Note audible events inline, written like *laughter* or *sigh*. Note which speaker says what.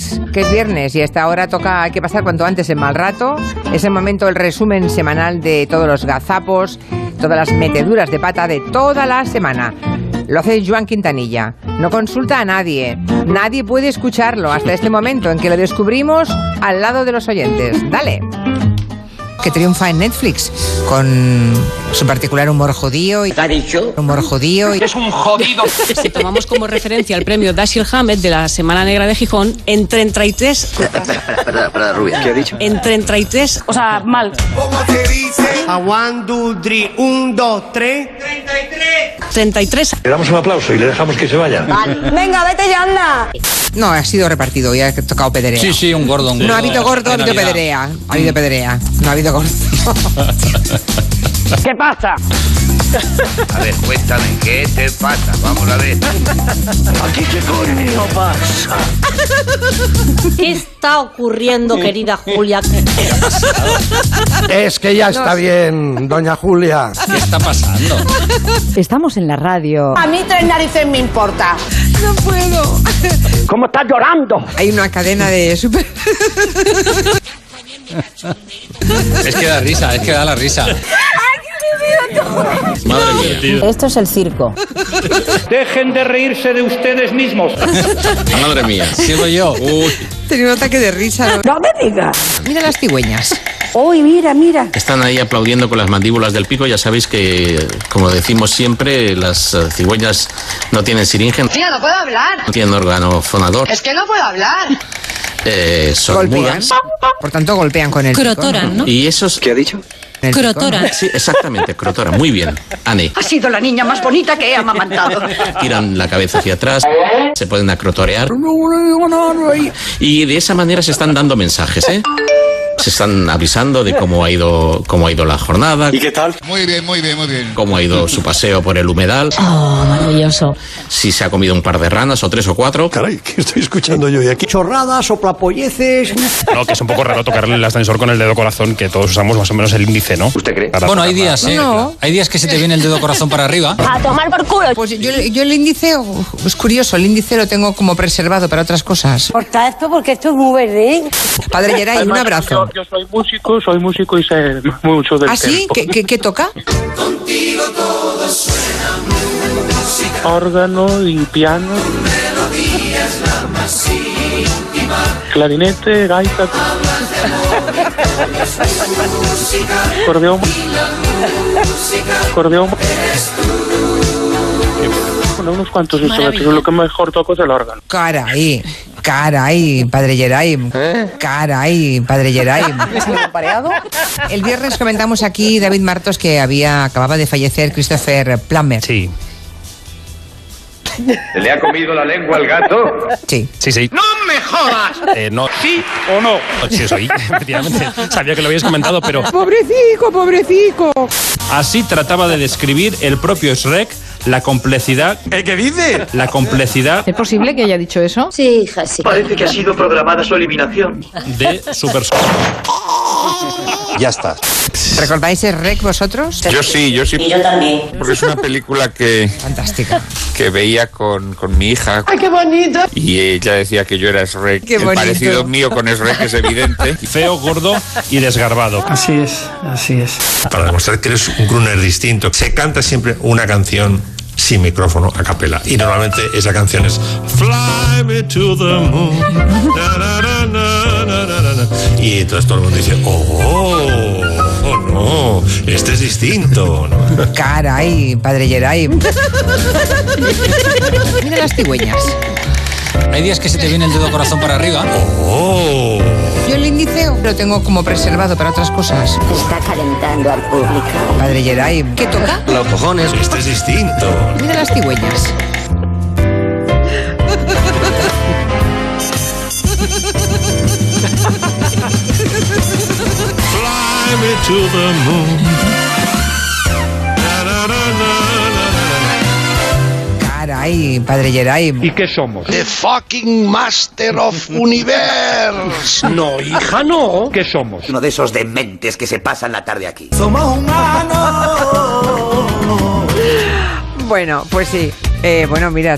Speaker 1: viernes, que es viernes y hasta ahora toca, hay que pasar cuanto antes en mal rato. Es el momento, el resumen semanal de todos los gazapos, todas las meteduras de pata de toda la semana. Lo hace Joan Quintanilla. No consulta a nadie. Nadie puede escucharlo hasta este momento en que lo descubrimos al lado de los oyentes. Dale que triunfa en Netflix con su particular humor judío y
Speaker 2: ha dicho?
Speaker 1: humor judío y
Speaker 3: Es un jodido.
Speaker 4: Si tomamos como referencia *laughs* el premio Dashiell Hammett de la Semana Negra de Gijón, en 33,
Speaker 2: Espera, espera, espera, rubia. ¿Qué ha dicho?
Speaker 4: en 33,
Speaker 5: O sea, mal.
Speaker 6: A one, two, three, un, dos, tres.
Speaker 4: 33
Speaker 7: Le damos un aplauso y le dejamos que se vaya.
Speaker 5: Venga, vete ya, anda.
Speaker 1: no ha sido repartido y ha tocado pedrea.
Speaker 8: Sí, sí, un gordo. un
Speaker 1: No ha habido gordo, ha
Speaker 8: de
Speaker 1: habido
Speaker 8: Navidad.
Speaker 1: pedrea. Ha habido pedrea. No ha habido gordo.
Speaker 5: ¿Qué pasa?
Speaker 2: A ver, cuéntame, ¿qué te pasa? Vamos a ver.
Speaker 9: ¿Qué está ocurriendo, querida Julia?
Speaker 6: Es que ya está bien, doña Julia.
Speaker 8: ¿Qué está pasando?
Speaker 10: Estamos en la radio.
Speaker 5: A mí tres narices me importa.
Speaker 1: No puedo.
Speaker 5: ¿Cómo estás llorando?
Speaker 1: Hay una cadena de super.
Speaker 8: Es que da risa, es que da la risa. Madre mía.
Speaker 10: Esto es el circo.
Speaker 3: Dejen de reírse de ustedes mismos.
Speaker 8: Madre mía. Sigo yo. Uy.
Speaker 1: Tenía un ataque de risa.
Speaker 5: No me digas.
Speaker 1: Mira las cigüeñas.
Speaker 5: Uy, mira, mira.
Speaker 7: Están ahí aplaudiendo con las mandíbulas del pico. Ya sabéis que, como decimos siempre, las eh, cigüeñas no tienen siringe,
Speaker 9: Tía, no puedo hablar.
Speaker 7: no tienen órgano fonador,
Speaker 9: Es que no puedo hablar.
Speaker 7: eh, son
Speaker 1: Golpean.
Speaker 7: mudas.
Speaker 1: Por tanto, golpean con el. pico,
Speaker 4: crotoran, ¿no?
Speaker 7: Y esos...
Speaker 2: ¿Qué ha dicho?
Speaker 1: Con el pico.
Speaker 4: Crotoran.
Speaker 7: Sí, exactamente, crotora. Muy bien, Anne.
Speaker 9: Ha sido la niña más bonita que he amamantado.
Speaker 7: Tiran la cabeza hacia atrás, se pueden acrotorear. Y de esa manera se están dando mensajes, ¿eh? Se están avisando de cómo ha ido, cómo ha ido la jornada,
Speaker 3: qué tal?
Speaker 8: Muy bien, muy bien, muy bien.
Speaker 7: cómo ha ido su paseo por el humedal.
Speaker 4: Oh, maravilloso.
Speaker 7: si se ha comido un par de ranas o tres o cuatro.
Speaker 6: Caray, ¿qué estoy escuchando yo? Y aquí chorradas, soplapolleces.
Speaker 3: No, que es un poco raro tocarle el ascensor con el dedo corazón, que todos usamos más o menos el índice, ¿no?
Speaker 2: ¿Usted cree?
Speaker 8: Bueno, hay días, ¿eh?
Speaker 1: No.
Speaker 8: Hay días que se te viene el dedo corazón para arriba.
Speaker 5: A tomar por culo.
Speaker 1: Pues yo, yo el índice, uh, es curioso, el índice lo tengo como preservado para otras cosas.
Speaker 5: Corta esto porque esto es muy verde.
Speaker 1: Padre Geray, un abrazo.
Speaker 3: Yo soy músico, soy músico y sé mucho del
Speaker 1: ¿Ah, sí? ¿Qué, qué- qué toca?
Speaker 3: órgano y piano. Clarinete, gaita. Cordeón. Cordeón. Bueno, unos cuantos instrumentos. Lo que mejor toco es el órgano.
Speaker 1: Caray, caray, padre Geray. Caray, padre Geray. El viernes comentamos aquí David Martos que había acababa de fallecer Christopher Plummer.
Speaker 3: Sí,
Speaker 2: ¿Le ha comido la lengua al gato?
Speaker 1: Sí.
Speaker 3: sí, sí. ¡No me jodas! no. ¿Sí o no? Sí, soy, efectivamente. Sabía que lo habíais comentado, pero
Speaker 1: Pobrecico, pobrecico.
Speaker 3: Así trataba de describir el propio Shrek la complejidad. ¿Qué, dice? La complejidad
Speaker 10: ¿Es posible que haya dicho eso?
Speaker 9: Sí, hija, sí.
Speaker 2: Parece que ha sido programada su eliminación.
Speaker 3: de su
Speaker 7: Ya está.
Speaker 1: ¿Recordáis el rec vosotros?
Speaker 7: Yo sí, yo sí.
Speaker 9: Y yo también.
Speaker 7: Porque es una película que,
Speaker 1: Fantástica.
Speaker 7: que veía con, con mi hija. ¡Ay, qué bonito! Y ella decía que yo era Shrek.
Speaker 1: Qué
Speaker 7: el
Speaker 1: bonito.
Speaker 7: parecido mío con Shrek es evidente.
Speaker 3: Feo, gordo y desgarbado.
Speaker 6: Así es, así es.
Speaker 7: Para demostrar que eres un crooner distinto, se canta siempre una canción sin micrófono a capela. Y normalmente esa canción es Fly me to the moon. Na, na, na, na, na, na, na. Y entonces todo el mundo dice, oh, oh no, este es distinto. ¿no?
Speaker 1: Caray, padre Geray. Mira las cigüeñas.
Speaker 8: Hay días que se te viene el dedo corazón para arriba.
Speaker 7: Oh.
Speaker 1: Yo el índice lo tengo como preservado para otras cosas.
Speaker 9: Está calentando al público.
Speaker 1: Padre Geray. ¿Qué toca?
Speaker 2: Los cojones.
Speaker 7: Este es distinto.
Speaker 1: Mira las cigüeñas.
Speaker 7: Fly me to the moon. Na, na, na, na,
Speaker 1: Caray, padre Geray.
Speaker 3: ¿Y qué somos?
Speaker 6: The fucking master of universe. No, hija, no.
Speaker 3: ¿Qué somos?
Speaker 2: Uno de esos dementes que se pasan la tarde aquí.
Speaker 1: Bueno, pues sí. Eh, bueno, mira,